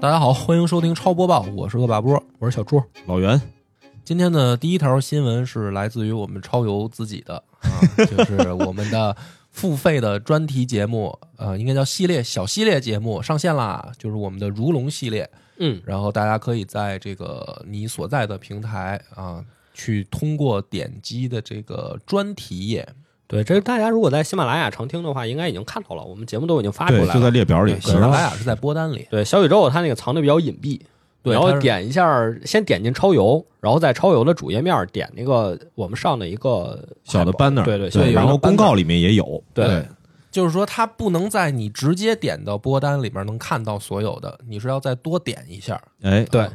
大家好，欢迎收听超播报，我是恶霸波，我是小朱。老袁，今天的第一条新闻是来自于我们超游自己的，啊、 就是我们的付费的专题节目，呃，应该叫系列小系列节目上线啦，就是我们的如龙系列。嗯，然后大家可以在这个你所在的平台啊，去通过点击的这个专题页，对，这大家如果在喜马拉雅常听的话，应该已经看到了，我们节目都已经发出对，来就在了。列表里。喜马拉啊雅是在播单里，对，小宇宙它那个藏的比较隐蔽，对然后它是点一下，先点进超游，然后在超游的主页面点那个我们上的一个小的 banner，对对小对，的然后 banner 公告里面也有，对嗯就是说它不能在你直接点到播单里面能看到所有的，你是要再多点一下。哎，对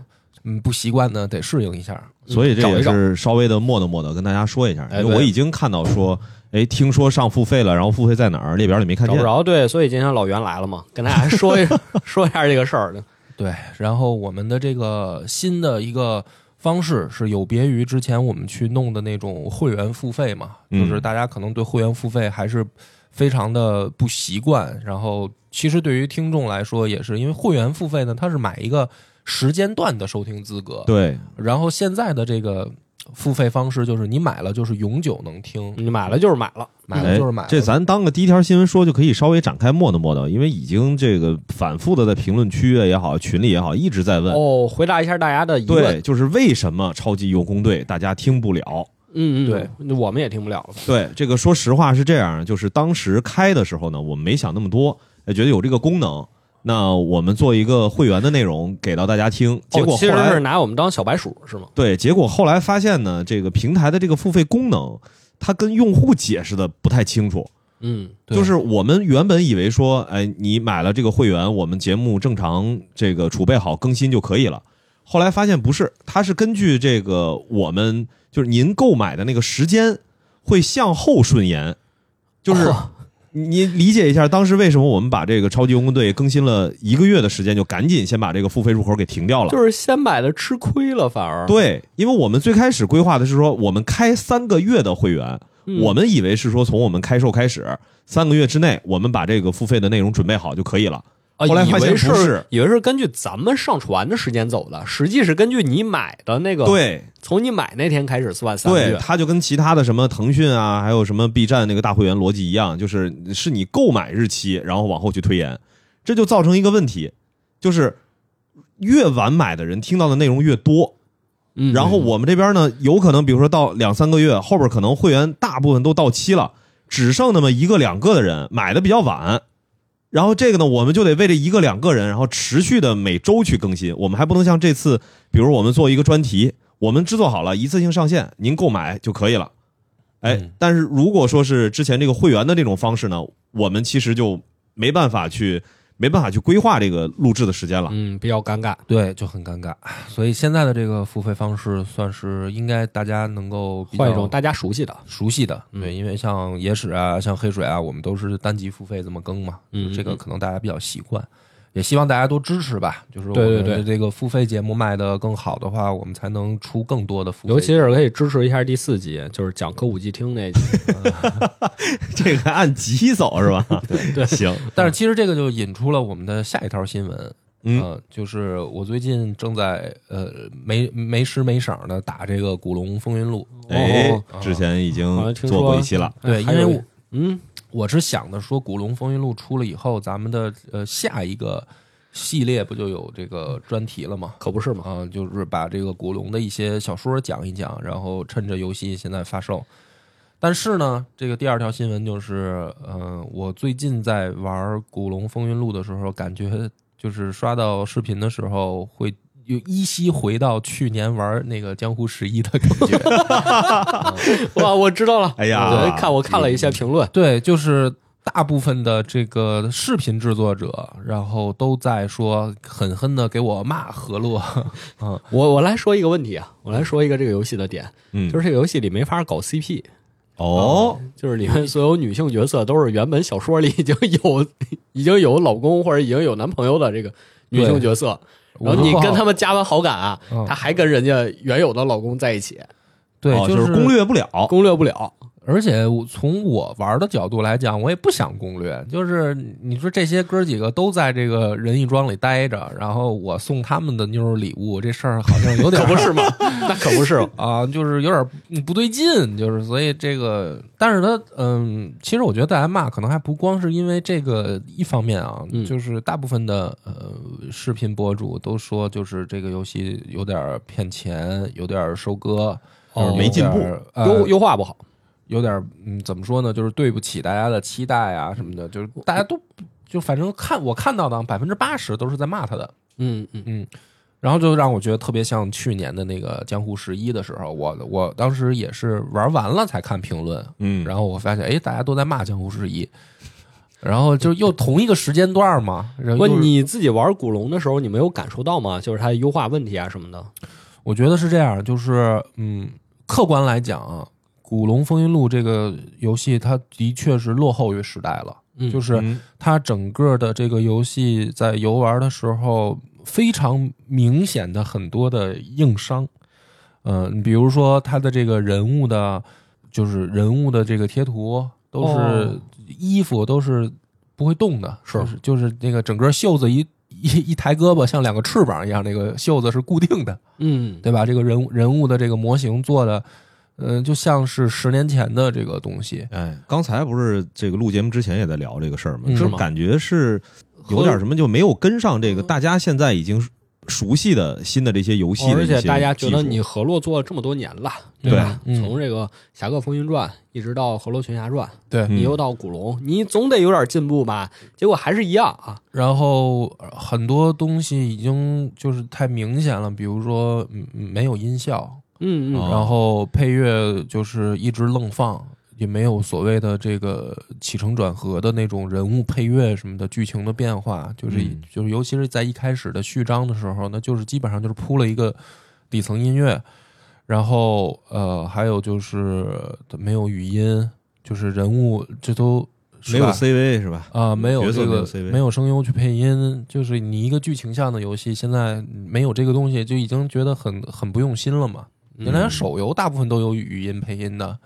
嗯，不习惯呢，得适应一下。所以这找一也找是稍微的磨叨磨叨，跟大家说一下，哎因为对我已经看到说，哎，听说上付费了，然后付费在哪儿？列表里没看找见不。着，对，所以今天老袁来了嘛，跟大家说一 说一下这个事儿。对，然后我们的这个新的一个方式是有别于之前我们去弄的那种会员付费嘛，嗯就是大家可能对会员付费还是非常的不习惯。然后其实对于听众来说也是，因为会员付费呢，它是买一个时间段的收听资格。对，然后现在的这个付费方式就是你买了就是永久能听，你买了就是买了，买了就是买哎了。这咱当个第一条新闻说，就可以稍微展开磨叨磨叨，因为已经这个反复的在评论区啊也好，群里也好，一直在问。哦，回答一下大家的疑问对，。就是为什么超级游工队大家听不了？嗯嗯，对嗯，我们也听不了了。对，这个说实话是这样，就是当时开的时候呢，我们没想那么多，呃觉得有这个功能，那我们做一个会员的内容给到大家听。结哦果其后实来、是拿我们当小白鼠是吗？对，结果后来发现呢，这个平台的这个付费功能，它跟用户解释的不太清楚。嗯，对就是我们原本以为说，哎，你买了这个会员，我们节目正常这个储备好更新就可以了。后来发现不是，它是根据这个我们就是您购买的那个时间会向后顺延，就是哦您理解一下当时为什么我们把这个超级游工队更新了一个月的时间，就赶紧先把这个付费入口给停掉了。就是先买的吃亏了，反而。对，因为我们最开始规划的是说，我们开三个月的会员，嗯我们以为是说从我们开售开始三个月之内，我们把这个付费的内容准备好就可以了。啊，后来发现以为不是是，以为是根据咱们上传的时间走的，实际是根据你买的那个，，对从你买那天开始算三个对，月。它就跟其他的什么腾讯啊，还有什么 B 站那个大会员逻辑一样，就是是你购买日期，然后往后去推延，这就造成一个问题，就是越晚买的人听到的内容越多。嗯然后我们这边呢，有可能比如说到两三个月后边，可能会员大部分都到期了，只剩那么一个两个的人买的比较晚。然后这个呢，我们就得为这一个两个人，然后持续的每周去更新。我们还不能像这次，比如我们做一个专题，我们制作好了一次性上线，您购买就可以了。哎嗯，但是如果说是之前这个会员的这种方式呢，我们其实就没办法去没办法去规划这个录制的时间了。嗯，比较尴尬。对，就很尴尬。所以现在的这个付费方式，算是应该大家能够比较换一种大嗯家熟悉的，熟悉的，对，因为像野史啊、像黑水啊，我们都是单集付费这么更嘛，嗯这个可能大家比较习惯，也希望大家多支持吧。就是我对对们对的这个付费节目卖的更好的话，我们才能出更多的付费。尤其是可以支持一下第四集，就是讲歌舞伎町那集。 这个按级走是吧？对，行，但是其实这个就引出了我们的下一条新闻，嗯呃就是我最近正在呃没没时没晌的打这个《古龙风云录哎哦，之前已经做过一期了，》，对，因还有为我嗯，我是想着说，《古龙风云录》出了以后，咱们的呃下一个系列不就有这个专题了吗？可不 是嘛。啊、就是把这个古龙的一些小说讲一讲，然后趁着游戏现在发售。但是呢，这个第二条新闻就是，嗯、我最近在玩《古龙风云录》的时候，感觉就是刷到视频的时候，会又依稀回到去年玩那个《江湖十一》的感觉。哇，我知道了。哎呀我看我看了一些评论，对，就是大部分的这个视频制作者，然后都在说狠狠的给我骂河洛，我我来说一个问题啊，我来说一个这个游戏的点，嗯就是这个游戏里没法搞 CP，哦，就是里面所有女性角色都是原本小说里已经有已经有老公或者已经有男朋友的这个女性角色，然后你跟他们们加完好感啊嗯，她还跟人家原有的老公在一起，对，哦就是是攻略不了，攻略不了。而且我从我玩的角度来讲，我也不想攻略。就是你说这些哥几个都在这个仁义庄里待着，然后我送他们的妞儿礼物，这事儿好像有点可不 是嘛？那可不是嘛，啊，就是有点不对劲，就是所以这个，但是他嗯，其实我觉得大家骂可能还不光是因为这个一方面啊，嗯就是大部分的呃视频博主都说，就是这个游戏有点骗钱，有点收割，有哦点没进步，呃优优化不好。有点儿嗯，怎么说呢？就是对不起大家的期待啊什么的，就是大家都就反正看我看到的百分之八十都是在骂他的，嗯嗯然后就让我觉得特别像去年的那个《江湖十一》的时候，我我当时也是玩完了才看评论，嗯，然后我发现哎，大家都在骂《江湖十一》，然后就又同一个时间段嘛，然后不，又是你自己玩古龙的时候，你没有感受到吗？就是它优化问题啊什么的。我觉得是这样，就是嗯，客观来讲啊，《古龙风云录》这个游戏它的确是落后于时代了，嗯就是是。嗯它整个的这个游戏在游玩的时候非常明显的很多的硬伤，嗯、你比如说它的这个人物的，就是人物的这个贴图都哦是衣服都是不会动的，是就是就是那个整个袖子一。一一抬胳膊像两个翅膀一样，那个袖子是固定的，嗯，对吧？这个人物人物的这个模型做的，嗯、就像是十年前的这个东西，哎，刚才不是这个录节目之前也在聊这个事儿吗？嗯就是吗感觉是有点什么就没有跟上这个大家现在已经熟悉的新的这些游戏哦的而一些技术、且大家觉得你河洛做了这么多年了，吧？对嗯从这个《侠客风云传》一直到《河洛群侠传》，对嗯你又到古龙，你总得有点进步吧？结果还是一样啊。然后呃很多东西已经就是太明显了，比如说嗯嗯没有音效，嗯嗯，哦然后配乐就是一直愣放，也没有所谓的这个起承转合的那种人物配乐什么的，剧情的变化，就是、嗯就是尤其是在一开始的序章的时候，那就是基本上就是铺了一个底层音乐，然后呃还有就是呃没有语音，就是人物这都没是有吧 CV 是吧？啊、没有嗯角色这没有个 CV 没有声优去配音，就是你一个剧情向的游戏，现在没有这个东西，就已经觉得很很不用心了嘛。原嗯来手游大部分都有语音配音的，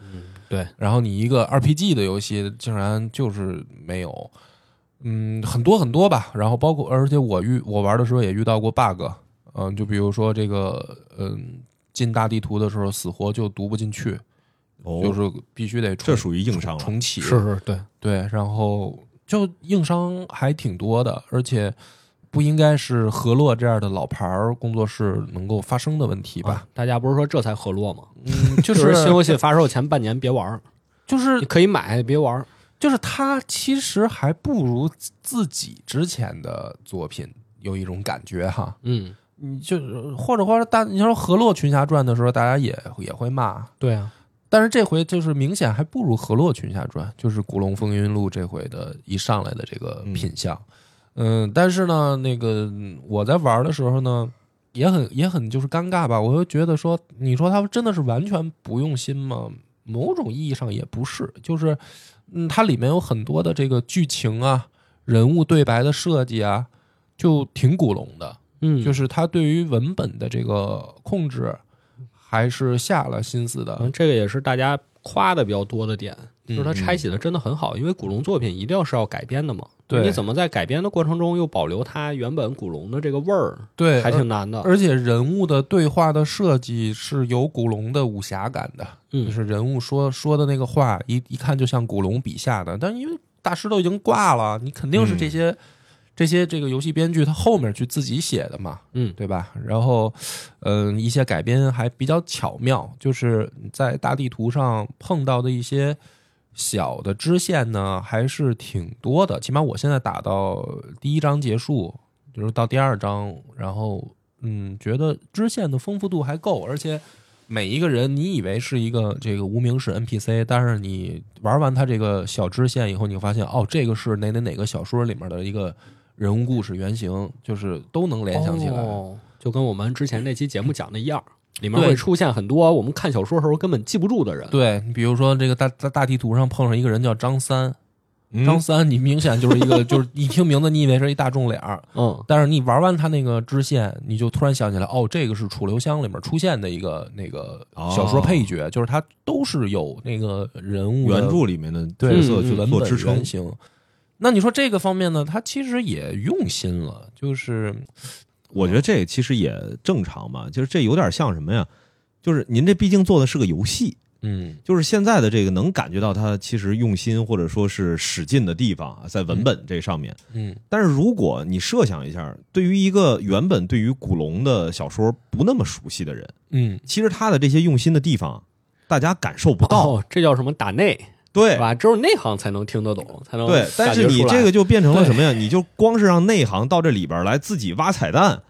对，然后你一个 RPG 的游戏竟然就是没有，嗯，很多很多吧。然后包括，而且我遇我玩的时候也遇到过 bug，嗯、就比如说这个，嗯，进大地图的时候死活就读不进去，哦，就是必须得这重属于硬伤啊了。重启，是，对，对，然后就硬伤还挺多的，而且不应该是河洛这样的老牌儿工作室能够发生的问题吧？啊大家不是说这才河洛吗？嗯， 就就是是新游戏发售前半年别玩儿，就是你可以买，别玩儿。就是他其实还不如自己之前的作品有一种感觉哈。嗯，你就或者或者大，你说河洛群侠传的时候，大家也也会骂，对啊，但是这回就是明显还不如《河洛群侠传》，就是《古龙风云录》这回的一上来的这个品相。嗯、但是呢，那个嗯我在玩的时候呢，也很也很就是尴尬吧。我又觉得说，你说他真的是完全不用心吗？某种意义上也不是，就是嗯，它里面有很多的这个剧情啊、人物对白的设计啊，就挺古龙的。嗯，就是是他对于文本的这个控制，还是下了心思的。嗯这个也是大家夸的比较多的点，就是它嗯拆解的真的很好，因为古龙作品一定要是要改编的嘛。对你怎么在改编的过程中又保留它原本古龙的这个味儿，对，还而挺难的。而且人物的对话的设计是有古龙的武侠感的，就嗯，是人物说说的那个话，一一看就像古龙笔下的。但是因为大师都已经挂了，你肯定是嗯这些、这些这个游戏编剧他后面去自己写的嘛，嗯对吧？然后，嗯、一些改编还比较巧妙，就是在大地图上碰到的一些小的支线呢，还是挺多的。起码我现在打到第一章结束，就是到第二章，然后嗯，觉得支线的丰富度还够，而且每一个人你以为是一个这个无名氏 NPC，但是你玩完他这个小支线以后，你会发现哦，这个是哪哪哪个小说里面的一个人物故事原型，就是都能联想起来。哦就跟我们之前那期节目讲的一样，里面对会出现很多我们看小说时候根本记不住的人。对，比如说这个大大大地图上碰上一个人叫张三，嗯张三，你明显就是一个，就是一听名字你以为是一大众脸儿，嗯但是你玩完他那个支线，你就突然想起来，哦，这个是《楚留香》里面出现的一个那个小说配角，就是他都是有那个人物的哦原著里面的对嗯角色去文做本支撑原，型。那你说这个方面呢，他其实也用心了，就是我觉得这其实也正常嘛，就是这有点像什么呀？就是您这毕竟做的是个游戏，嗯就是现在的这个能感觉到他其实用心或者说是使劲的地方啊，在文本这上面。嗯但是如果你设想一下，对于一个原本对于古龙的小说不那么熟悉的人，嗯，其实他的这些用心的地方，大家感受不到。哦，这叫什么打内对是吧？只有内行才能听得懂，才能对，但是感觉你出来这个就变成了什么呀？你就光是让内行到这里边来自己挖彩蛋，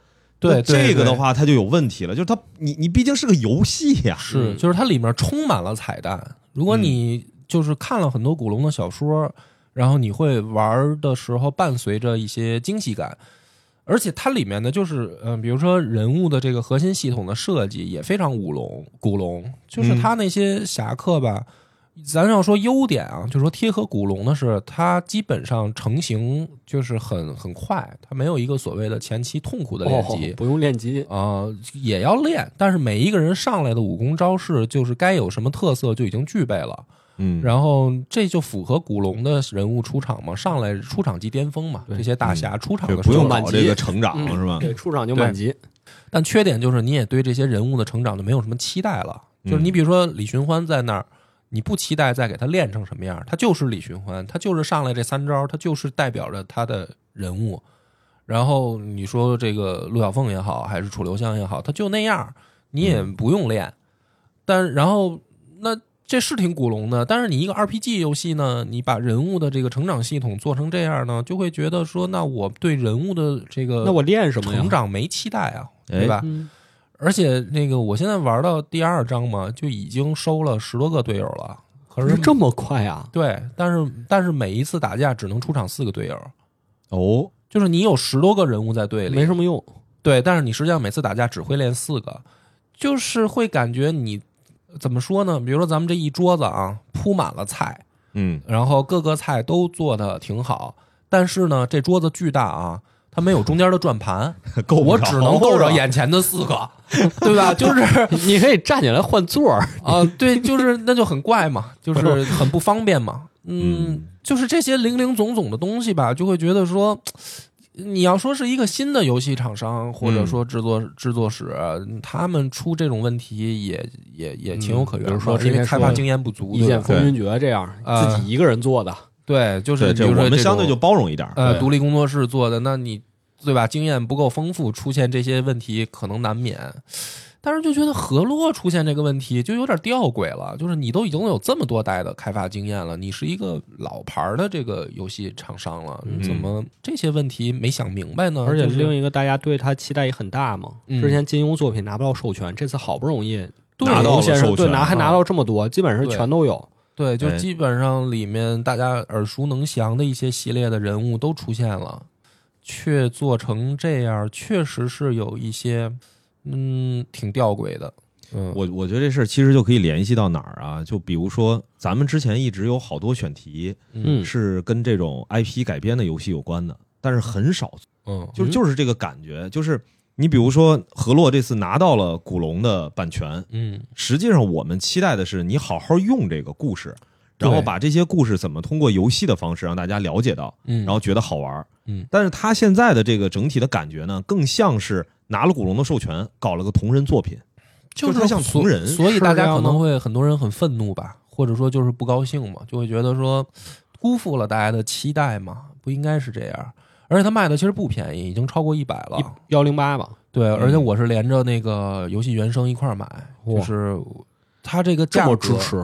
对那这个的。对话，它就有问题了。就是它，你你毕竟是个游戏呀，是，就是它里面充满了彩蛋。如果你就是看了很多古龙的小说，然后你会玩的时候伴随着一些惊喜感，而且它里面呢，就是嗯、呃比如说人物的这个核心系统的设计也非常古龙，古龙就是他那些侠客吧。咱要说优点啊，就说贴合古龙的是，它基本上成型就是很很快，它没有一个所谓的前期痛苦的练习，哦不用练级，呃，也要练，但是每一个人上来的武功招式就是该有什么特色就已经具备了，嗯，然后这就符合古龙的人物出场嘛，上来出场即巅峰嘛，这些大侠出场嗯就的时不候用满搞级这个成长嗯是吧？对，出场就满级，但缺点就是你也对这些人物的成长就没有什么期待了，就是嗯你比如说李寻欢在那儿。你不期待再给他练成什么样，他就是李寻欢，他就是上来这三招，他就是代表着他的人物。然后你说这个陆小凤也好，还是楚留香也好，他就那样，你也嗯不用练。但然后那这是挺古龙的，但是你一个 RPG 游戏呢，你把人物的这个成长系统做成这样呢，就会觉得说，那我对人物的这个那我练什么呀呃成？长没期待啊，哎对吧？嗯而且那个我现在玩到第二章嘛，就已经收了十多个队友了。可不是是这么快啊？对，但是但是每一次打架只能出场四个队友，哦，就是你有十多个人物在队里，没什么用，对，但是你实际上每次打架只会练四个，就是会感觉你怎么说呢？比如说咱们这一桌子啊，铺满了菜，嗯，然后各个菜都做的挺好，但是呢，这桌子巨大啊，它没有中间的转盘，够不我着只能够着眼前的四个，对吧？就是 你可以站起来换座儿，啊、对，就是那就很怪嘛，就是很不方便嘛。嗯嗯，就是这些零零总总的东西吧，就会觉得说，你要说是一个新的游戏厂商或者说制作、制作室，他们出这种问题也也也情有可原比嘛，如说之因为前开说发的经验不足，一对线吧风云决这样，呃自己一个人做的，对，就是对，比这如说我们这相对种就包容一点儿。呃对独立工作室做的，那你对吧？经验不够丰富，出现这些问题可能难免。但是就觉得河洛出现这个问题就有点吊诡了，就是你都已经有这么多代的开发经验了，你是一个老牌儿的这个游戏厂商了，你怎么这些问题没想明白呢？而且呃就是另一个，大家对他期待也很大嘛。嗯之前金庸作品拿不到授权，这次好不容易对拿到了先生授权对拿还拿到这么多，基本啊上对全都有。对，就哎基本上里面大家耳熟能详的一些系列的人物都出现了，却做成这样，确实是有一些嗯挺吊诡的。嗯，我我觉得这事儿其实就可以联系到哪儿啊？就比如说，咱们之前一直有好多选题嗯嗯是跟这种 IP 改编的游戏有关的，但是很少，嗯就嗯就是这个感觉，就是你比如说河洛这次拿到了古龙的版权，嗯实际上我们期待的是你好好用这个故事，对然后把这些故事怎么通过游戏的方式让大家了解到，嗯，然后觉得好玩儿。嗯但是他现在的这个整体的感觉呢，更像是拿了古龙的授权，搞了个同人作品，就是它像所同人所以大是这家样可吗能会很多人很愤怒吧，或者说就是不高兴嘛，就会觉得说辜负了大家的期待嘛，不应该是这样。而且它卖的其实不便宜，已经超过一百了。幺零八吧，对，而且我是连着那个游戏原声一块儿买，就哇是它这个这价么格，支持，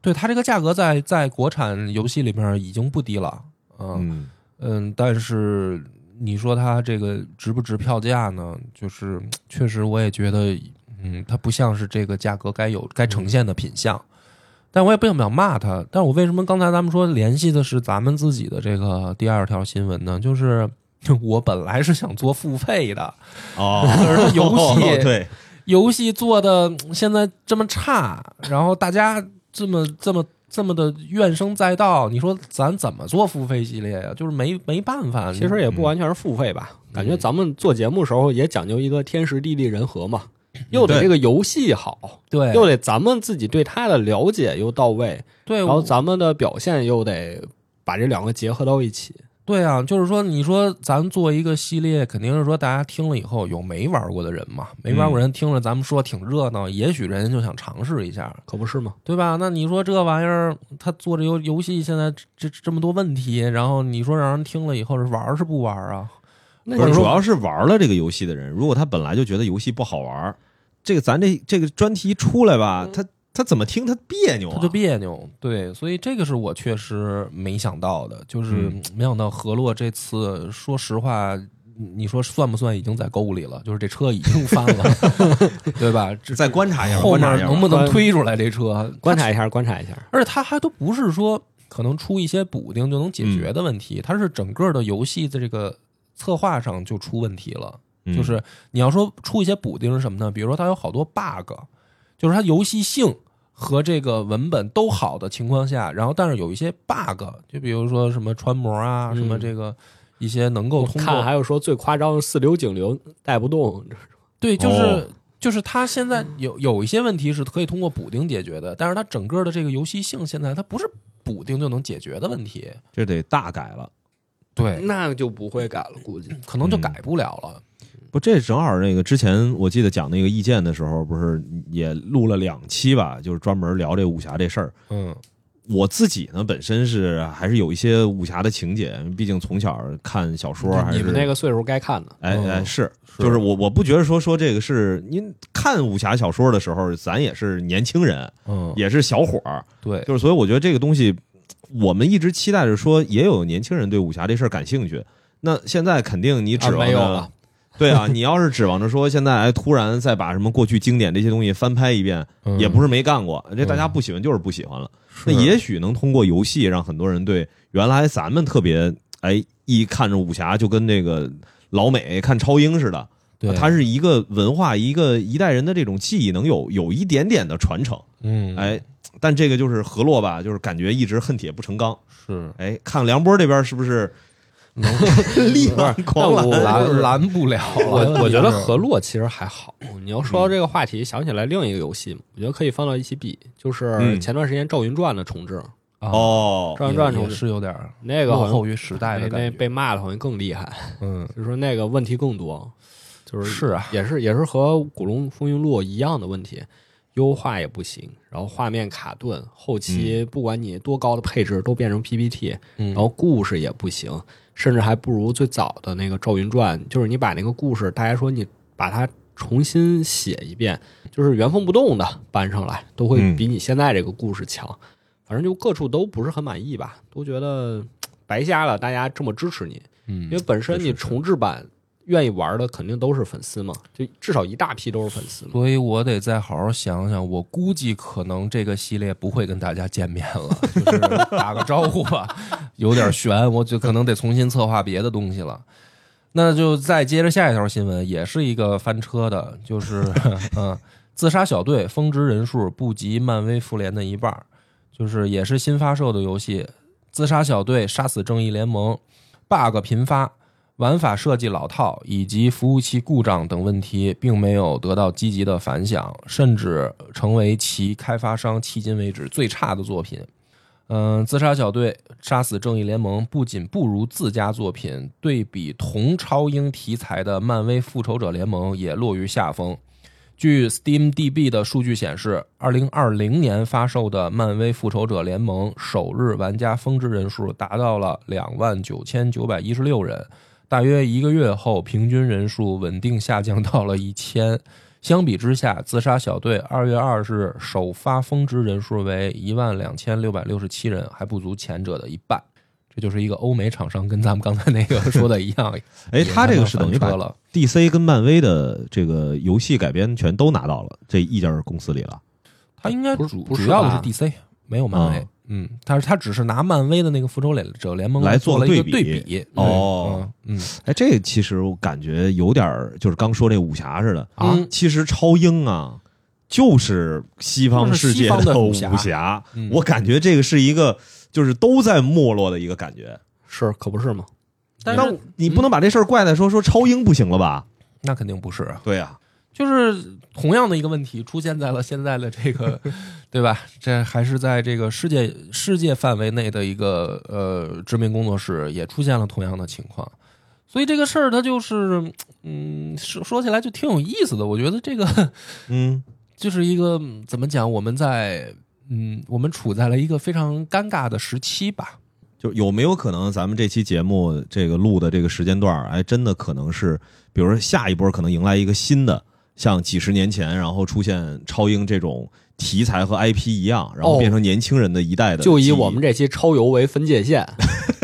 对它这个价格在在国产游戏里面已经不低了。嗯嗯，嗯，但是你说它这个值不值票价呢？就是确实我也觉得，嗯，它不像是这个价格该有该嗯呈现的品相。但我也不想骂它，但是我为什么刚才咱们说联系的是咱们自己的这个第二条新闻呢？就是 我本来是想做付费的， 哦， 可是游 戏对，游戏做的现在这么差，然后大家这么这么这么的怨声载道，你说咱怎么做付费系列呀、就是没没办法。其实也不完全是付费吧，嗯感觉咱们做节目时候也讲究一个天时地利人和嘛，又得对这个游戏好，嗯对又得咱们自己对它的了解又到位，对，然后我咱们的表现又得把这两个结合到一起。对啊，就是说，你说咱做一个系列，肯定是说大家听了以后有没玩过的人嘛，没玩过人听了咱们说挺热闹，也许人家就想尝试一下，可不是吗？对吧？那你说这玩意儿，他做这游游戏现在这这这么多问题，然后你说让人听了以后是玩儿是不玩儿啊？那不你是，主说要是玩了这个游戏的人，如果他本来就觉得游戏不好玩儿，这个咱这这个专题一出来吧，嗯他他怎么听他别扭啊？他就别扭，对，所以这个是我确实没想到的，就是嗯没想到河洛这次，说实话，你你说算不算已经在沟里了？就是这车已经翻了， 对吧？这再观察一下，后观察面一下吧能不能推出来这车？ 观察一下，观察一下，而且它还都不是说可能出一些补丁就能解决的问题，它是整个的游戏的这个策划上就出问题了。嗯就是你要说出一些补丁是什么呢？比如说它有好多 bug，就是它游戏性和这个文本都好的情况下，然后但是有一些 bug，就比如说什么穿模啊，嗯什么这个一些能够我通看过还有说最夸张的四流井流带不动，对，就是、哦就是它现在有有一些问题是可以通过补丁解决的，但是它整个的这个游戏性现在它不是补丁就能解决的问题。这得大改了。对，嗯那就不会改了，估计。可能就改不了了。不，这正好那个之前我记得讲那个意见的时候，不是也录了两期吧，就是专门聊这武侠这事儿。嗯，我自己呢，本身是还是有一些武侠的情节，毕竟从小看小说还是你们那个岁数该看 的，哎哎嗯是，是就是我我不觉得说说这个是您看武侠小说的时候，咱也是年轻人，嗯，也是小伙儿，对，就是所以我觉得这个东西，我们一直期待着说也有年轻人对武侠这事儿感兴趣。那现在肯定你指啊望没有着了，对啊，你要是指望着说现在哎突然再把什么过去经典这些东西翻拍一遍，也不是是没干过，这大家不喜欢就是不喜欢了。那嗯是也许能通过游戏让很多人对原来咱们特别哎一看着武侠就跟那个老美看超英似的，对，它是一个文化一个一代人的这种记忆能有有一点点的传承。嗯，哎，但这个就是河洛吧，就是感觉一直恨铁不成钢。是哎，看梁波这边是 不是能力挽 狂但我澜？拦拦不了。我我觉得河河洛其实还好。你要嗯说到这个话题，想起来另一个游戏嘛，我觉得可以放到一起比，就是嗯前段时间《赵云传》的重置，《啊哦，赵云传》重也置是有点儿那个落好像后于时代那的那感觉。被骂的好像更厉害，嗯，就是说那个问题更多，就是是啊，也是也是和《古龙风云录》一样的问题，优化也不行，然后画面卡顿，后期不管你多高的配置都变成 PPT，、嗯然后故事也不行，甚至还不如最早的那个《赵云传》，就是你把那个故事，大家说你把它重新写一遍，就是原封不动的搬上来，都会嗯比你现在这个故事强。反正就各处都不是很满意吧，都觉得嘖白瞎了，大家这么支持你，嗯因为本身你重置版愿意玩的肯定都是粉丝嘛，就至少一大批都是粉丝嘛。所以我得再好好想想。我估计可能这个系列不会跟大家见面了， 就是打个招呼吧，有点悬，我就可能得重新策划别的东西了。那就再接着下一条新闻，也是一个翻车的，就是 嗯，自杀小队峰值人数不及漫威复联的一半儿，就是也是新发售的游戏，《自杀小队：杀死正义联盟》bug 频发，玩法设计老套以及服务器故障等问题，并没有得到积极的反响，甚至成为其开发商迄今为止最差的作品。嗯、自杀小队杀死正义联盟不仅不如自家作品，对比同超英题材的漫威复仇者联盟也落于下风。据 SteamDB 的数据显示，二零二零年发售的《漫威复仇者联盟》首日玩家峰值人数达到了两万九千九百一十六人，大约一个月后，平均人数稳定下降到了一千。相比之下，自杀小队二月二日首发峰值人数为一万两千六百六十七人，还不足前者的一半。这就是一个欧美厂商跟咱们刚才那个说的一 样，哎，他这个是等于也慢慢翻车把了。 DC 跟漫威的这个游戏改编权都拿到了这一家公司里了。他应该不是主不是主要的吧是 DC，没有漫威啊。嗯，但是他只是拿漫威的那个复仇者联盟来做做了一个对比对比。哦对，嗯，哎，这个其实我感觉有点儿就是刚说那武侠似的，嗯啊其实超英啊，就是西方世界就是西方的武武侠，侠嗯我感觉这个是一个就是都在没落的一个感觉。是可不是吗？但那是你不能把这事儿怪在说说超英不行了吧？那肯定不是啊，对呀、就是同样的一个问题出现在了现在的这个，对吧？这还是在这个世界世界范围内的一个呃知名工作室也出现了同样的情况，所以这个事儿它就是嗯说说起来就挺有意思的。我觉得这个嗯，就是一个嗯怎么讲，我们在嗯我们处在了一个非常尴尬的时期吧。就有没有可能咱们这期节目这个录的这个时间段儿，哎，真的可能是，比如说下一波可能迎来一个新的，像几十年前然后出现超英这种题材和 IP 一样，然后哦变成年轻人的一代的记忆，就以我们这期超游为分界 线，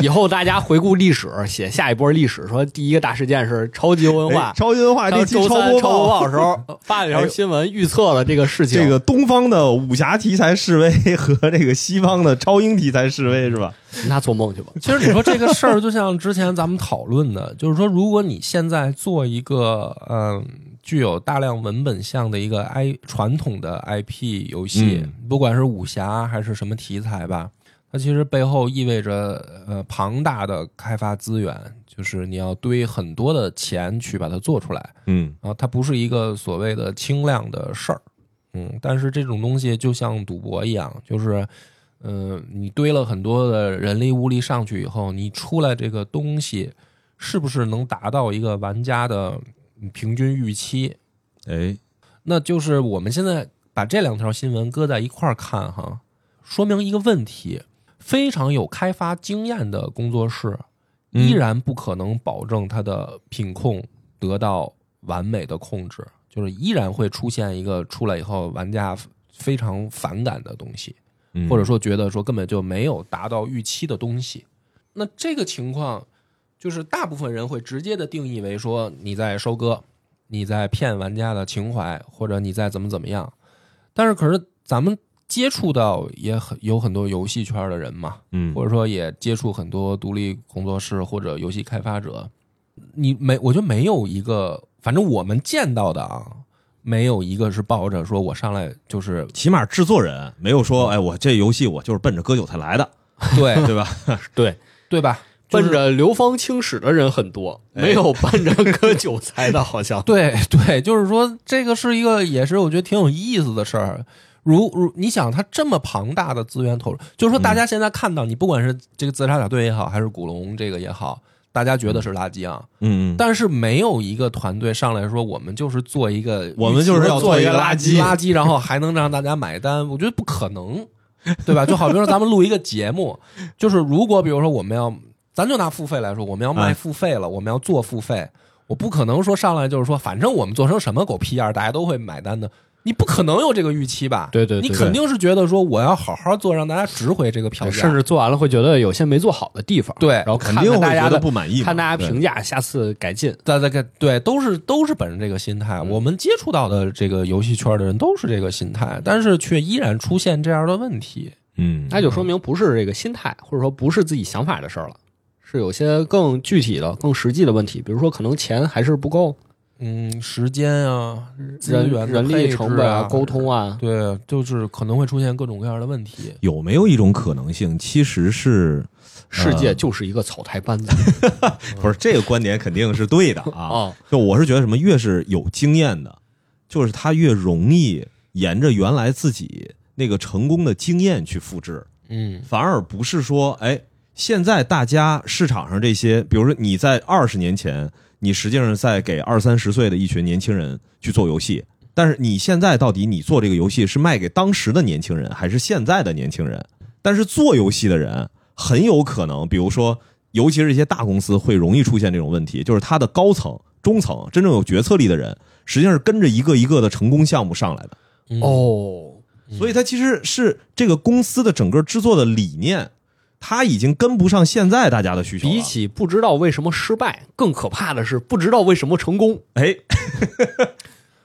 以后大家回顾历史，写下一波历史，说第一个大事件是超级文哎化。超级文化到这期周三播超播报报的时候发了一条新闻，预测了这个事 情。这个东方的武侠题材示威和这个西方的超英题材示威是吧？那做梦去吧。其实你说这个事儿，就像之前咱们讨论的，就是说，如果你现在做一个嗯、具有大量文本项的一个 I 传统的 IP 游戏，不管是武侠还是什么题材吧，它其实背后意味着呃庞大的开发资源，就是你要堆很多的钱去把它做出来。嗯，啊，它不是一个所谓的轻量的事儿，嗯，但是这种东西就像赌博一样，就是，呃，你堆了很多的人力物力上去以后，你出来这个东西是不是能达到一个玩家的嗯平均预期？哎，那就是我们现在把这两条新闻搁在一块儿看哈，说明一个问题：非常有开发经验的工作室，嗯依然不可能保证它的品控得到完美的控制，就是依然会出现一个出来以后玩家非常反感的东西，嗯或者说觉得说根本就没有达到预期的东西。那这个情况，就是大部分人会直接的定义为说你在收割，你在骗玩家的情怀，或者你在怎么怎么样。但是，可是咱们接触到也很有很多游戏圈的人嘛，嗯或者说也接触很多独立工作室或者游戏开发者，你没，我就没有一个，反正我们见到的啊，没有一个是抱着说我上来就是起码制作人没有说，哎，我这游戏我就是奔着割韭菜来的， 对对吧？ 对，对吧？就是奔着流芳青史的人很多，哎没有奔着割韭菜的，好像。对 对，就是说这个是一个，也是我觉得挺有意思的事儿。如如你想，它这么庞大的资源投入，就是说大家现在看到你，不管是这个自杀小队也好，还是古龙这个也好，大家觉得是垃圾啊，嗯嗯，但是没有一个团队上来说，我们就是做一个，我们就是要做做一个垃垃圾垃圾，然后还能让大家买单，我觉得不可 能，对吧？就好比说咱们录一个节目，就是如果比如说我们要，咱就拿付费来说，我们要卖嗯付费了，我们要做付费，我不可能说上来就是说，反正我们做成什么狗屁样，大家都会买单的。你不可能有这个预期吧？对对对你肯定是觉得说我要好好做，让大家值回这个票价，甚至做完了会觉得有些没做好的地方，对然后看肯定看会大觉家得的不满意嘛，看大家对评价，下次改进。大大概对，都是都是本着这个心态。我们接触到的这个游戏圈的人都是这个心态，但是却依然出现这样的问题。嗯，那就说明不是这个心态，或者说不是自己想法的事儿了，是有些更具体的、更实际的问题，比如说可能钱还是不够，嗯，时间啊，资人源的人配力置成本啊，沟，通啊，对，就是可能会出现各种各样的问题。有没有一种可能性，其实是世界就是一个草台班子不是这个观点肯定是对的 啊？啊，就我是觉得什么，越是有经验的，就是他越容易沿着原来自己那个成功的经验去复制，嗯反而不是说，哎，现在大家市场上这些，比如说你在二十年前，你实际上是在给二三十岁的一群年轻人去做游戏，但是你现在到底你做这个游戏是卖给当时的年轻人，还是现在的年轻人？但是做游戏的人很有可能，比如说，尤其是一些大公司会容易出现这种问题，就是他的高层、中层真正有决策力的人，实际上是跟着一个一个的成功项目上来的。嗯哦，所以它其实是这个公司的整个制作的理念，它已经跟不上现在大家的需求了。比起不知道为什么失败，更可怕的是不知道为什么成功，哎，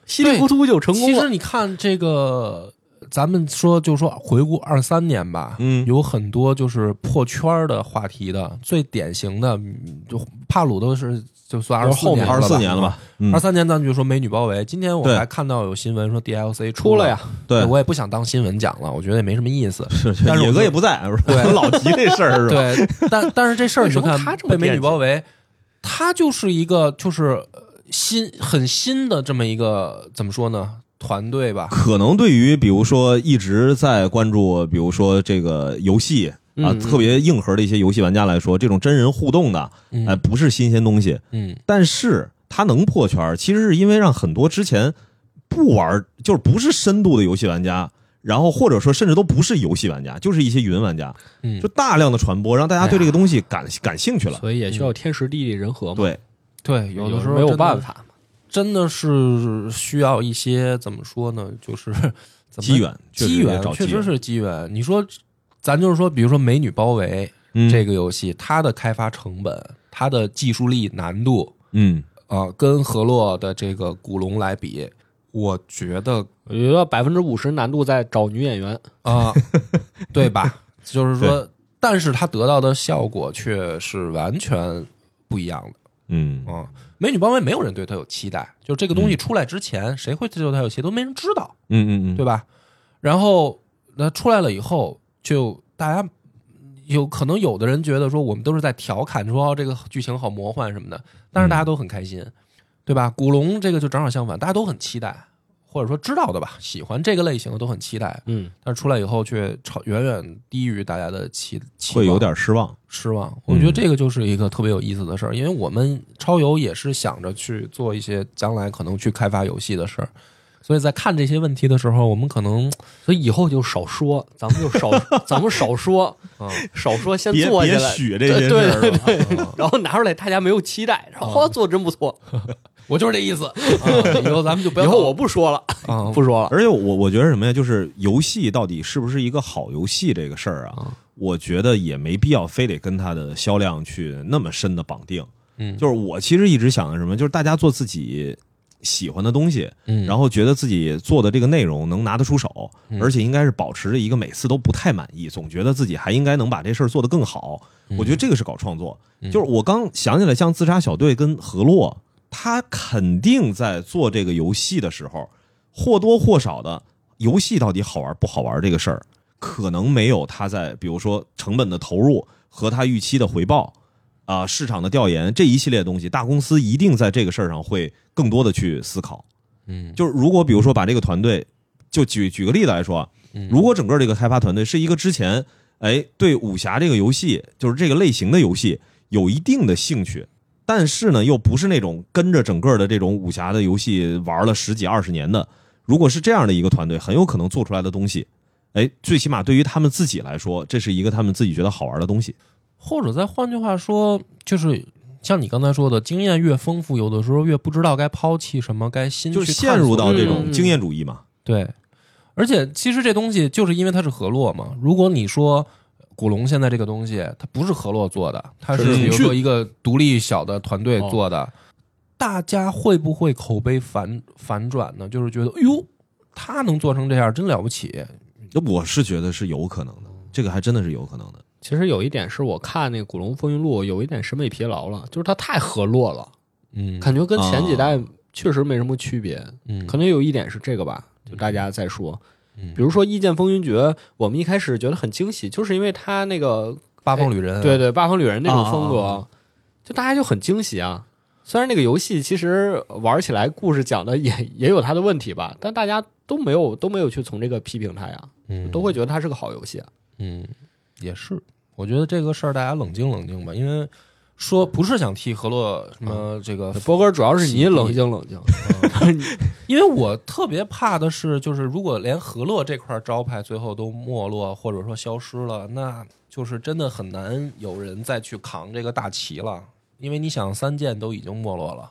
稀里糊涂就成功其实了。你看这个，咱们说就说回顾二三年吧，嗯有很多就是破圈儿的话题的，最典型的嗯就帕鲁都是就算就二是后面年二十四年了了吧吧？？嗯二，三年咱们就说美女包围，今天我对还看到有新闻说 DLC 出了了，呀，对，我也不想当新闻讲了，我觉得也没什么意思。是但是我野就哥也不在，不是对 老提这事儿是吧？对，但但是这事儿为你什就么看他这么被美女惦记包围，他就是一个就是呃新很新的这么一个怎么说呢团队吧？可能对于比如说一直在关注，比如说这个游戏啊，嗯特别硬核的一些游戏玩家来说，这种真人互动的，哎、嗯不是新鲜东西，嗯但是它能破圈儿，其实是因为让很多之前不玩儿，就是不是深度的游戏玩家。然后或者说甚至都不是游戏玩家，就是一些云玩家，嗯哎就，大量的传播，让大家对这个东西感、感兴趣了。所以也需要天时地利人和嘛。对，对，有的时候没有真办，法嘛。真的是需要一些怎么说呢？就是 怎么机缘，确实机也缘找确机实缘，是机缘。你说，咱就是说，比如说《美女包围》嗯这个游戏，它的开发成本、它的技术力难度嗯，啊、跟河洛的这个古龙来比，我觉得我觉得百分之五十难度在找女演员，啊，对吧？就是说，但是它得到的效果却是完全不一样嗯的啊。美女包围没有人对它有期待，就这个东西出来之前，谁会对它有期待都没人知道。嗯嗯嗯，对吧？然后那出来了以后，就大家有可能有的人觉得说我们都是在调侃说哦这个剧情好魔幻什么的，但是嗯大家都很开心，对吧？古龙这个就正好相反，大家都很期待，或者说知道的吧，喜欢这个类型的都很期待，嗯，但是出来以后却超远远低于大家的期期望会有点失望。失望。我嗯觉得这个就是一个特别有意思的事儿，因为我们超游也是想着去做一些将来可能去开发游戏的事儿，所以在看这些问题的时候，我们可能所以以后就少说，咱们就少，咱们少说，嗯 少说，先别做起别来，许这些对事对儿对吧，对，然后拿出来大家没有期待，然后哇做得真不错，我就是这意 思。 以后咱们就不嗯以要后我不说了，嗯啊，不说了，而且我我觉得什么呀，就是游戏到底是不是一个好游戏这个事儿啊，我觉得也没必要非得跟它的销量去那么深的绑定。嗯就是我其实一直想的什么，就是大家做自己喜欢的东西，嗯然后觉得自己做的这个内容能拿得出手，而且应该是保持着一个每次都不太满意，总觉得自己还应该能把这事儿做得更好。我觉得这个是搞创作。就是我刚想起来，像自杀小队跟河洛，他肯定在做这个游戏的时候，或多或少的游戏到底好玩不好玩这个事儿，可能没有他在比如说成本的投入和他预期的回报。啊、市场的调研这一系列的东西，大公司一定在这个事儿上会更多的去思考。嗯就是如果比如说把这个团队，就举举个例子来说啊，如果整个这个开发团队是一个之前哎对武侠这个游戏，就是这个类型的游戏有一定的兴趣，但是呢又不是那种跟着整个的这种武侠的游戏玩了十几二十年的，如果是这样的一个团队，很有可能做出来的东西。哎，最起码对于他们自己来说，这是一个他们自己觉得好玩的东西。或者再换句话说，就是像你刚才说的，经验越丰富，有的时候越不知道该抛弃什么，该新就是嗯去陷探索入到这嗯种嗯经验主义嘛。对。而且其实这东西就是因为它是河洛嘛。如果你说古龙现在这个东西，它不是河洛做的，它是是比如腾说讯一个独立小的团队做的，大家会不会口碑反反转呢？就是觉得，哎呦，他能做成这样，真了不起。我是觉得是有可能的，这个还真的是有可能的。其实有一点是我看那个《古龙风云录》，有一点审美疲劳了，就是它太河洛了，嗯，感觉跟前几代确实没什么区别。嗯可能有一点是这个吧，就大家在说，嗯比如说《一剑风云决》，我们一开始觉得很惊喜，就是因为它那个八方旅人，啊哎对对八方旅人那种风格，啊啊就大家就很惊喜啊。虽然那个游戏其实玩起来故事讲的也 也有它的问题吧，但大家都没有都没有去从这个批评它呀，嗯，都会觉得它是个好游戏啊。嗯，也是。我觉得这个事儿大家冷静冷静吧，因为说不是想替河洛什么这个，呃波哥主要是你喜剧冷静冷静，因为我特别怕的是，就是如果连河洛这块招牌最后都没落或者说消失了，那就是真的很难有人再去扛这个大旗了。因为你想，三剑都已经没落了，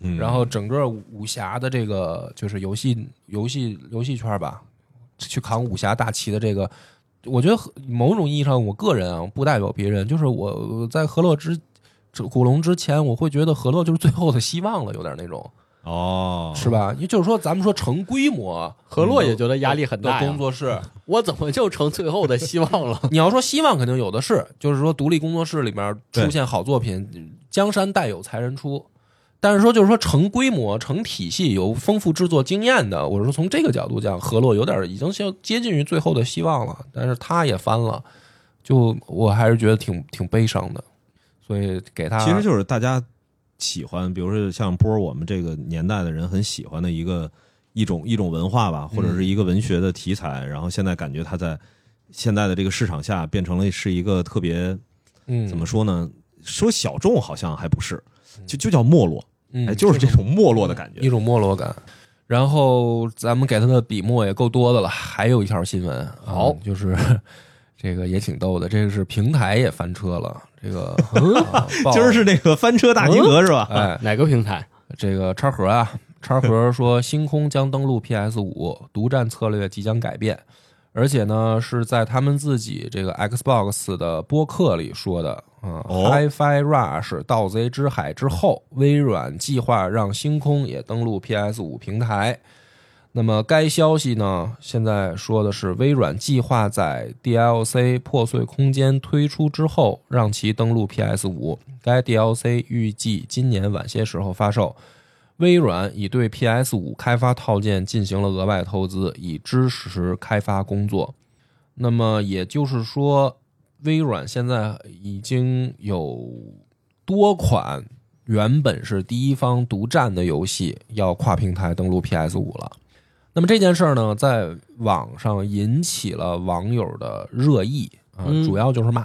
嗯然后整个武侠的这个就是游戏游戏游戏圈吧，去扛武侠大旗的这个，我觉得和某种意义上，我个人啊，不代表别人，就是我我在河洛之之古龙之前，我会觉得河洛就是最后的希望了，有点那种。哦，是吧？也就是说，咱们说成规模 嗯何洛也觉得压力很的大呀工作室，我怎么就成最后的希望了？你要说希望肯定有的是，就是说独立工作室里面出现好作品，江山代有才人出。但是说就是说成规模、成体系、有丰富制作经验的，我是说从这个角度讲，河洛有点已经接接近于最后的希望了，但是他也翻了，就我还是觉得挺挺悲伤的，所以给他其实就是大家喜欢，比如说像波儿我们这个年代的人很喜欢的一个一种一种文化吧，嗯或者是一个文学的题材，然后现在感觉它在现在的这个市场下变成了是一个特别嗯怎么说呢？说小众好像还不是，就就叫没落，嗯哎，就是这种没落的感觉一。种没落感。然后咱们给他的笔墨也够多的了，还有一条新闻，好嗯就是这个也挺逗的，这个是平台也翻车了，这 个啊报今儿是那个翻车大集合是吧？哎， 哪个平台？这个叉盒啊，叉盒说星空将登陆 PS 五，独占策略即将改变，而且呢是在他们自己这个 Xbox 的播客里说的啊、哦 h i f i Rush 盗贼之海之后，微软计划让星空也登陆 PS 五平台。那么该消息呢，现在说的是微软计划在 DLC《破碎空间》推出之后，让其登陆 PS 五。该 DLC 预计今年晚些时候发售。微软已对 PS 五开发套件进行了额外投资，以支持开发工作。那么也就是说，微软现在已经有多款原本是第一方独占的游戏要跨平台登陆 PS 五了。那么这件事儿呢，在网上引起了网友的热议啊、嗯主要就是骂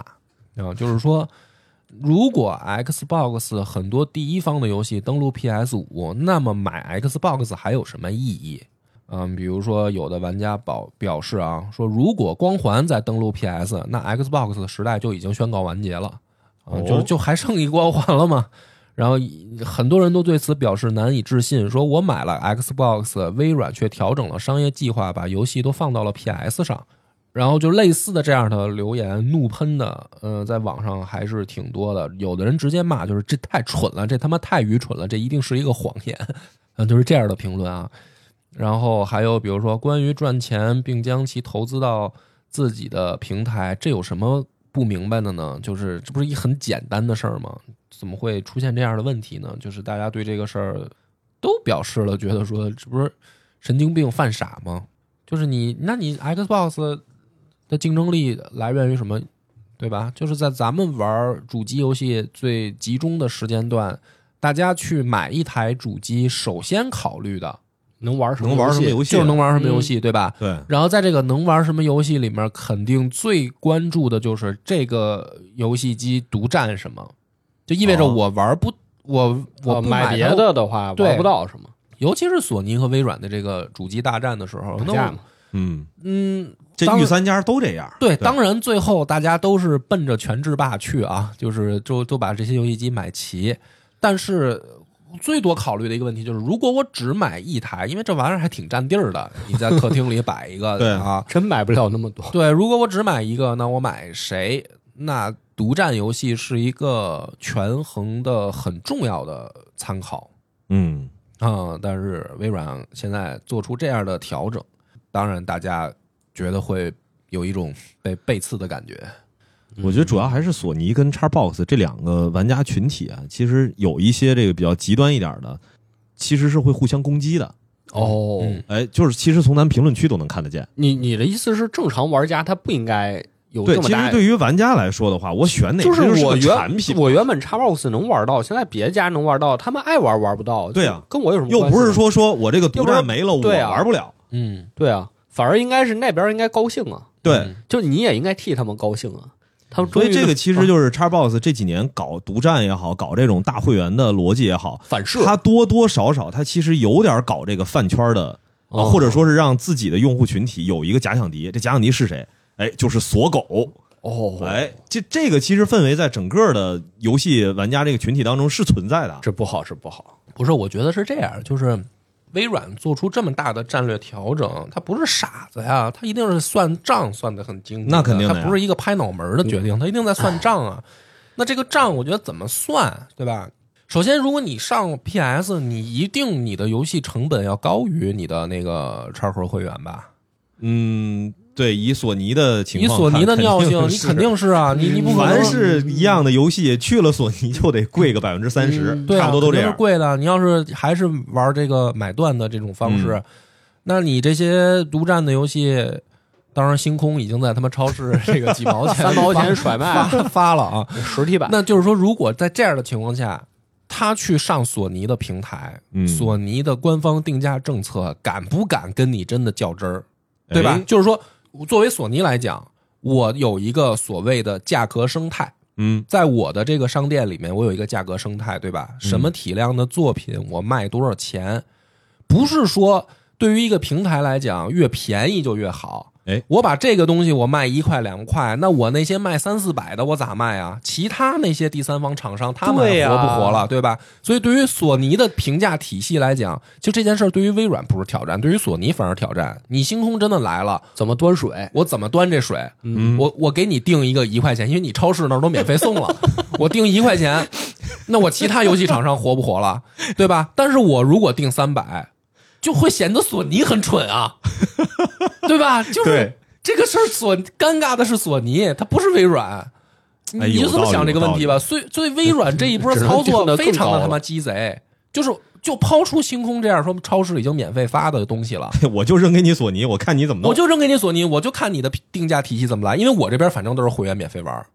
啊，就是说，如果 Xbox 很多第一方的游戏登陆 PS 五，那么买 Xbox 还有什么意义？嗯，比如说有的玩家表表示啊，说如果光环再登陆 PS，那 Xbox 的时代就已经宣告完结了，啊、哦就就还剩一光环了嘛。然后很多人都对此表示难以置信，说我买了 Xbox，微软却调整了商业计划，把游戏都放到了 PS 上。然后就类似的这样的留言怒喷的，呃，在网上还是挺多的。有的人直接骂，就是这太蠢了，这他妈太愚蠢了，这一定是一个谎言，嗯，就是这样的评论啊。然后还有比如说关于赚钱并将其投资到自己的平台，这有什么不明白的呢？就是这不是一很简单的事儿吗？怎么会出现这样的问题呢？就是大家对这个事儿都表示了，觉得说这不是神经病犯傻吗？就是你，那你 Xbox 的竞争力来源于什么？对吧？就是在咱们玩主机游戏最集中的时间段，大家去买一台主机，首先考虑的能玩什么？能玩什么游戏就是能玩什么游戏，嗯对吧？对，然后在这个能玩什么游戏里面，肯定最关注的就是这个游戏机独占什么，就意味着哦我玩不，我我我不哦买它别，的的话对玩不到什么，尤其是索尼和微软的这个主机大战的时候，打那架我嘛。嗯，嗯，这当御然三家都这样。对，当然最后大家都是奔着全制霸去啊，就是都都把这些游戏机买齐。但是最多考虑的一个问题就是，如果我只买一台，因为这玩意儿还挺占地儿的，你在客厅里摆一 个对啊，真买不了那么多。对，如果我只买一个，那我买谁？那独占游戏是一个权衡的很重要的参考嗯，啊、但是微软现在做出这样的调整，当然大家觉得会有一种被背刺的感觉。 我觉嗯得主要还是索尼跟 Xbox 这两个玩家群体啊，其实有一些这个比较极端一点的，其实是会互相攻击的。哦，嗯哎，就是其实从咱评论区都能看得见。你你的意思是正常玩家他不应该有对，这么其大实对于玩家来说的话，我选哪个就是就是我个产原品，我原本 Xbox 能玩到，现在别家能玩到，他们爱玩玩不到，对啊，跟我有什么又关系不呢是说说我这个独又不是占没了，我对啊玩不了。嗯，对啊，反而应该是那边应该高兴啊，对，就你也应该替他们高兴啊，他们所终以于啊这个其实就是 Xbox 这几年搞独占也好，搞这种大会员的逻辑也好，反射，它多多少少它其实有点搞这个饭圈的啊，哦或者说是让自己的用户群体有一个假想敌，这假想敌是谁？哎，就是锁狗。哦，哎，这这个其实氛围在整个的游戏玩家这个群体当中是存在的。这不好，这 不好，不是，我觉得是这样，就是微软做出这么大的战略调整，他不是傻子呀，他一定是算账算得很精准的，那肯定的呀嗯他不是一个拍脑门儿的决定，他一定在算账啊。那这个账，我觉得怎么算，对吧？首先，如果你上 PS，你一定你的游戏成本要高于你的那个叉盒会员吧？嗯，对，以索尼的情以况看，索尼的尿性，是你肯定是啊，你你不可能凡是一样的游戏，去了索尼就得贵个百分之三十，对啊，差不多都这肯定样是。贵的。你要是还是玩这个买断的这种方式，嗯那你这些独占的游戏，当然星空已经在他们超市这个几毛 钱、三毛钱甩卖发发发了啊。 实体版，那就是说，如果在这样的情况下，他去上索尼的平台，嗯索尼的官方定价政策敢不敢跟你真的较真儿，哎对吧？就是说，作为索尼来讲，我有一个所谓的价格生态。嗯 在我的这个商店里面，我有一个价格生态，对吧？什么体量的作品我卖多少钱？不是说对于一个平台来讲，越便宜就越好。哎，我把这个东西我卖一块两块，那我那些卖三四百的我咋卖啊？其他那些第三方厂商他们对还呀活不活了，对吧？所以对于索尼的评价体系来讲，就这件事儿对于微软不是挑战，对于索尼反而挑战。你星空真的来了，怎么端水？我怎么端这水？嗯我我给你定一个一块钱，因为你超市那儿都免费送 了，我定一块钱，那我其他游戏厂商活不活了，对吧？但是我如果定三百，就会显得索尼很蠢啊，对吧？就是对这个事儿，索尴尬的是索尼，它不是微软。你哎你就有这么道理想这个有问道题理吧，所以所以微软这一波只能操作定得更非常的高他妈了鸡贼，就是就抛出星空这样说超市已经免费发的东西了，我就扔给你索尼，我看你怎么弄。我就扔给你索尼，我就看你的定价体系怎么来，因为我这边反正都是会员免费玩儿，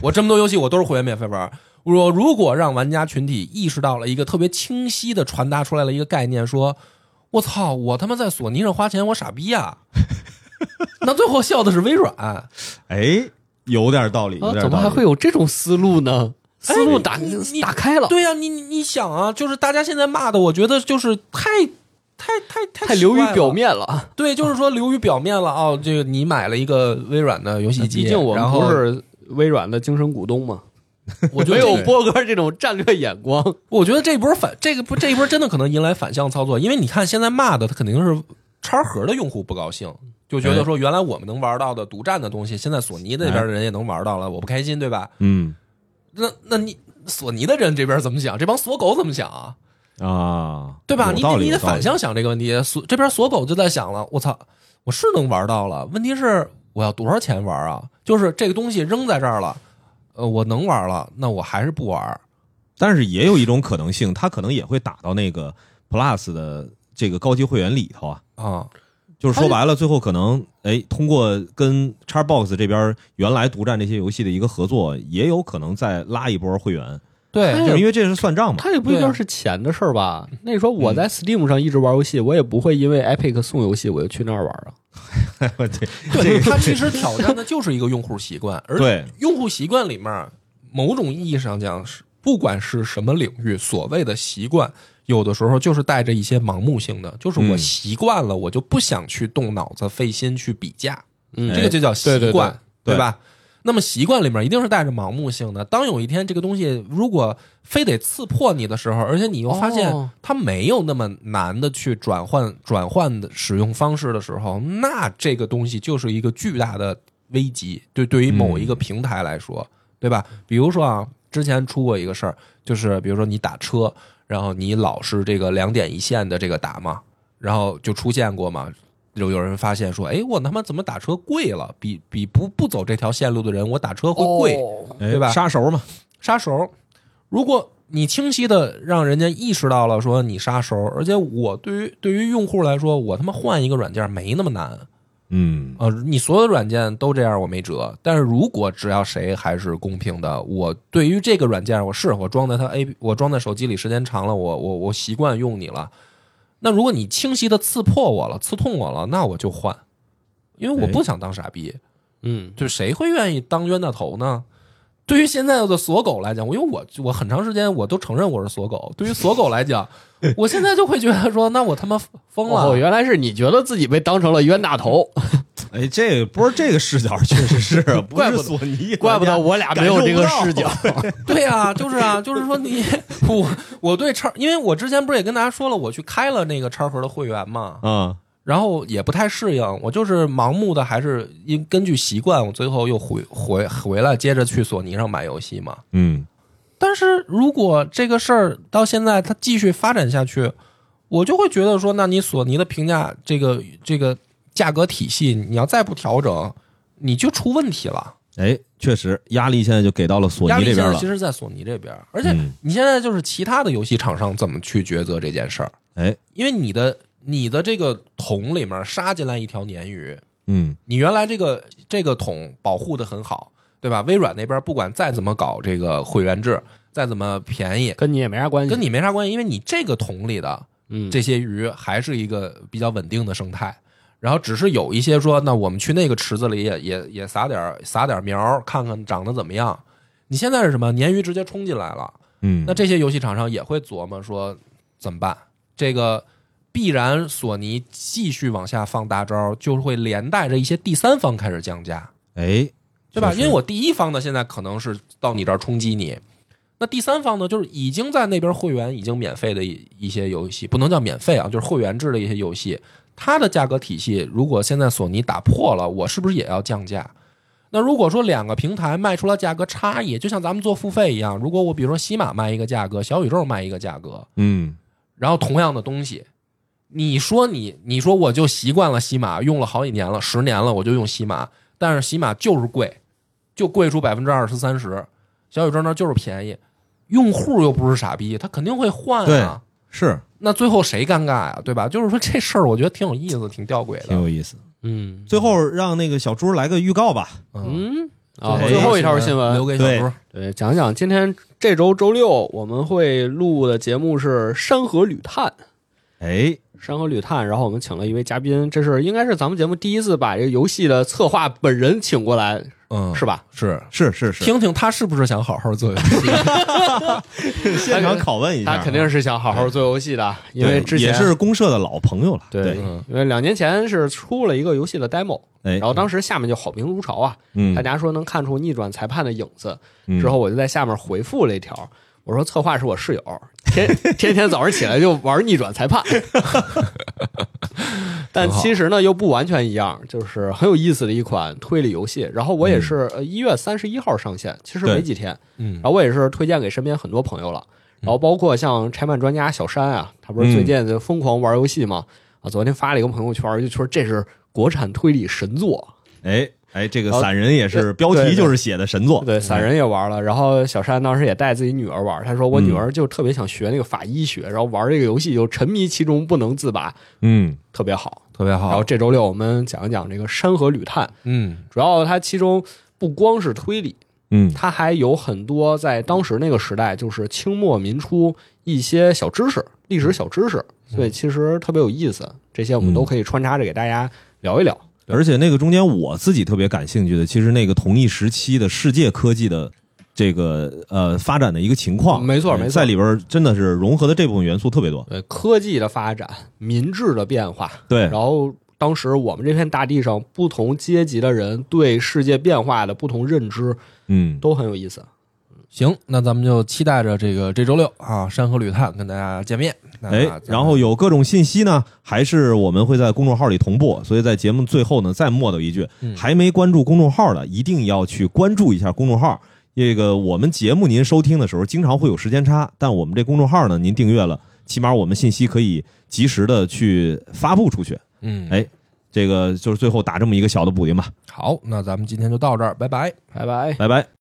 我这么多游戏我都是会员免费玩儿。我如果让玩家群体意识到了一个特别清晰的传达出来了一个概念，说我操，我他妈在索尼上花钱，我傻逼呀、啊 那最后笑的是微软，哎，有点道理，有啊，点道理。怎么还会有这种思路呢？思路打哎你你打开了，对呀、你你你想啊，就是大家现在骂的，我觉得就是太太太太太流于奇怪了表，面了。对，就是说流于表面了啊、哦。这个你买了一个微软的游戏机，毕竟我然们后不是微软的精神股 东嘛，我觉没得这有个波哥这种战略眼光。我觉得这波反这个不这一波真的可能迎来反向操作，因为你看现在骂的他肯定是叉盒的用户不高兴，就觉得哎说原来我们能玩到的独占的东西，现在索尼那边的人也能玩到了，我不开心，对吧？嗯那那你索尼的人这边怎么想？这帮锁狗怎么想啊？啊，对吧？有你道得理你得有道理反向想这个问题。锁这边锁狗就在想了，我操，我是能玩到了，问题是我要多少钱玩啊？就是这个东西扔在这儿了，呃，我能玩了，那我还是不玩。但是也有一种可能性，它可能也会打到那个 Plus 的这个高级会员里头啊。啊、就是说白了，最后可能哎，通过跟 Xbox 这边原来独占这些游戏的一个合作，也有可能再拉一波会员，对，哎就是因为这是算账嘛。他也不一对啊嗯定是钱的事儿吧？那你说我在 Steam 上一直玩游戏，我也不会因为 Epic 送游戏我就去那儿玩啊。 对，它其实挑战的就是一个用户习惯，而对用户习惯里面，某种意义上讲是，不管是什么领域，所谓的习惯，有的时候就是带着一些盲目性的，就是我嗯习惯了，我就不想去动脑子、费心去比价，嗯这个就叫习惯，对对对对吧？那么习惯里面一定是带着盲目性的。当有一天这个东西如果非得刺破你的时候，而且你又发现哦它没有那么难的去转换转换的使用方式的时候，那这个东西就是一个巨大的危机，对对于某一个平台来说，对吧？比如说啊，之前出过一个事儿，就是比如说你打车，然后你老是这个两点一线的这个打嘛，然后就出现过嘛，有有人发现说，哎，我他妈怎么打车贵了？比比不不走这条线路的人，我打车会贵。哦哎对吧杀熟嘛，杀熟，如果你清晰的让人家意识到了说你杀熟，而且我对于对于用户来说，我他妈换一个软件没那么难啊、嗯，呃你所有软件都这样，我没辙。但是如果只要谁还是公平的，我对于这个软件，我是我装在它 A，我装在手机里时间长了，我我我习惯用你了。那如果你清晰的刺破我了，刺痛我了，那我就换，因为我不想当傻逼。嗯，就谁会愿意当冤大头呢？对于现在的锁狗来讲，我因为我我很长时间我都承认我是锁狗。对于锁狗来 讲，我现在就会觉得说，那我他妈疯了。哦，原来是你觉得自己被当成了冤大头，哎，这不是这个视角，确 实是不怪不是得索尼，怪不得我俩没有这个视角感。对啊，就是啊，就是说你我我对叉，因为我之前不是也跟大家说了，我去开了那个叉盒的会员嘛，啊，然后也不太适应，我就是盲目的，还是因根据习惯，我最后又回回回来接着去索尼上买游戏嘛。嗯，但是如果这个事儿到现在它继续发展下去，我就会觉得说，那你索尼的评价这个这个价格体系，你要再不调整，你就出问题了。哎，确实压力现在就给到了索压尼力这现边在了其。实在索尼这边，而且嗯你现在就是其他的游戏厂商怎么去抉择这件事儿，哎，因为你的你的这个桶里面杀进来一条鲶鱼，嗯，你原来这个这个桶保护的很好，对吧？微软那边不管再怎么搞这个会员制，再怎么便宜，跟你也没啥关系。跟你没啥关系，因为你这个桶里的嗯，这些鱼还是一个比较稳定的生态。然后只是有一些说，那我们去那个池子里也也也撒点儿撒点儿苗儿，看看长得怎么样。你现在是什么？鲶鱼直接冲进来了，嗯，那这些游戏厂商也会琢磨说怎么办？这个必然索尼继续往下放大招，就会连带着一些第三方开始降价，哎，对吧？确实因为我第一方呢，现在可能是到你这儿冲击你，那第三方呢，就是已经在那边会员已经免费的一一些游戏，不能叫免费啊，就是会员制的一些游戏，它的价格体系如果现在索尼打破了，我是不是也要降价？那如果说两个平台卖出了价格差异，就像咱们做付费一样，如果我比如说喜马卖一个价格，小宇宙卖一个价格，嗯，然后同样的东西，你说你你说我就习惯了喜马，用了好几年了，十年了，我就用喜马，但是喜马就是贵，就贵出百分之二十三十，小宇宙那就是便宜，用户又不是傻逼，他肯定会换啊。是那最后谁尴尬呀、对吧？就是说这事儿，我觉得挺有意思，挺吊诡挺的。有意思。嗯最后让那个小猪来个预告吧。嗯，嗯啊，哎最后一条新闻留给小对猪。对，讲讲今天这周周六我们会录的节目是《山河旅探》。哎，山河旅探，然后我们请了一位嘉宾，这是应该是咱们节目第一次把这个游戏的策划本人请过来，嗯，是吧？是，是是是，听听他是不是想好好做 游戏？现场拷问一下，他肯定是想好好做游戏的，因为对之前也是公社的老朋友了。对对，，因为两年前是出了一个游戏的 demo，哎然，后当时下面就好评如潮啊，嗯，大家说能看出逆转裁判的影子。嗯之后我就在下面回复了一条，我说策划是我室友，天天天早上起来就玩逆转裁判。 但其实呢，又不完全一样，就是很有意思的一款推理游戏。然后我也是呃一月三十一号上线，其实没嗯对几天。嗯然，后我也是推荐给身边很多朋友了，然后包括像拆漫专家小山啊，他不是嗯最近就疯狂玩游戏嘛？啊，昨天发了一个朋友圈，就说这是国产推理神作。哎哎，这个然后散人也是标对题对就是写的神作。对，散人也玩了，然后小山当时也带自己女儿玩，他说我女儿就特别想学那个法医学，然后玩这个游戏就沉迷其中不能自拔，嗯，特别好。特别然后好。这周六我们讲一讲这个《山河旅探》，嗯主要它其中不光是推理，嗯它还有很多在当时那个时代，就是清末民初一些小知识、历史小知识，所以其实特别有意思。这些我们都可以穿插着给大家聊一聊。而且那个中间我自己特别感兴趣的，其实那个同一时期的世界科技的这个呃发展的一个情况，没错呃没错在里边真的是融合的这部分元素特别多。呃，科技的发展、民智的变化，对然，后当时我们这片大地上不同阶级的人对世界变化的不同认知嗯，都很有意思。行，那咱们就期待着这个这周六啊，山河旅探跟大家见面。那咱哎们，然后有各种信息呢，还是我们会在公众号里同步，所以在节目最后呢，再默叨一句，嗯还没关注公众号的，一定要去关注一下公众号。这个我们节目您收听的时候，经常会有时间差，但我们这公众号呢，您订阅了，起码我们信息可以及时的去发布出去。嗯，哎，这个就是最后打这么一个小的补丁吧，好，那咱们今天就到这儿，拜拜。拜拜。拜拜。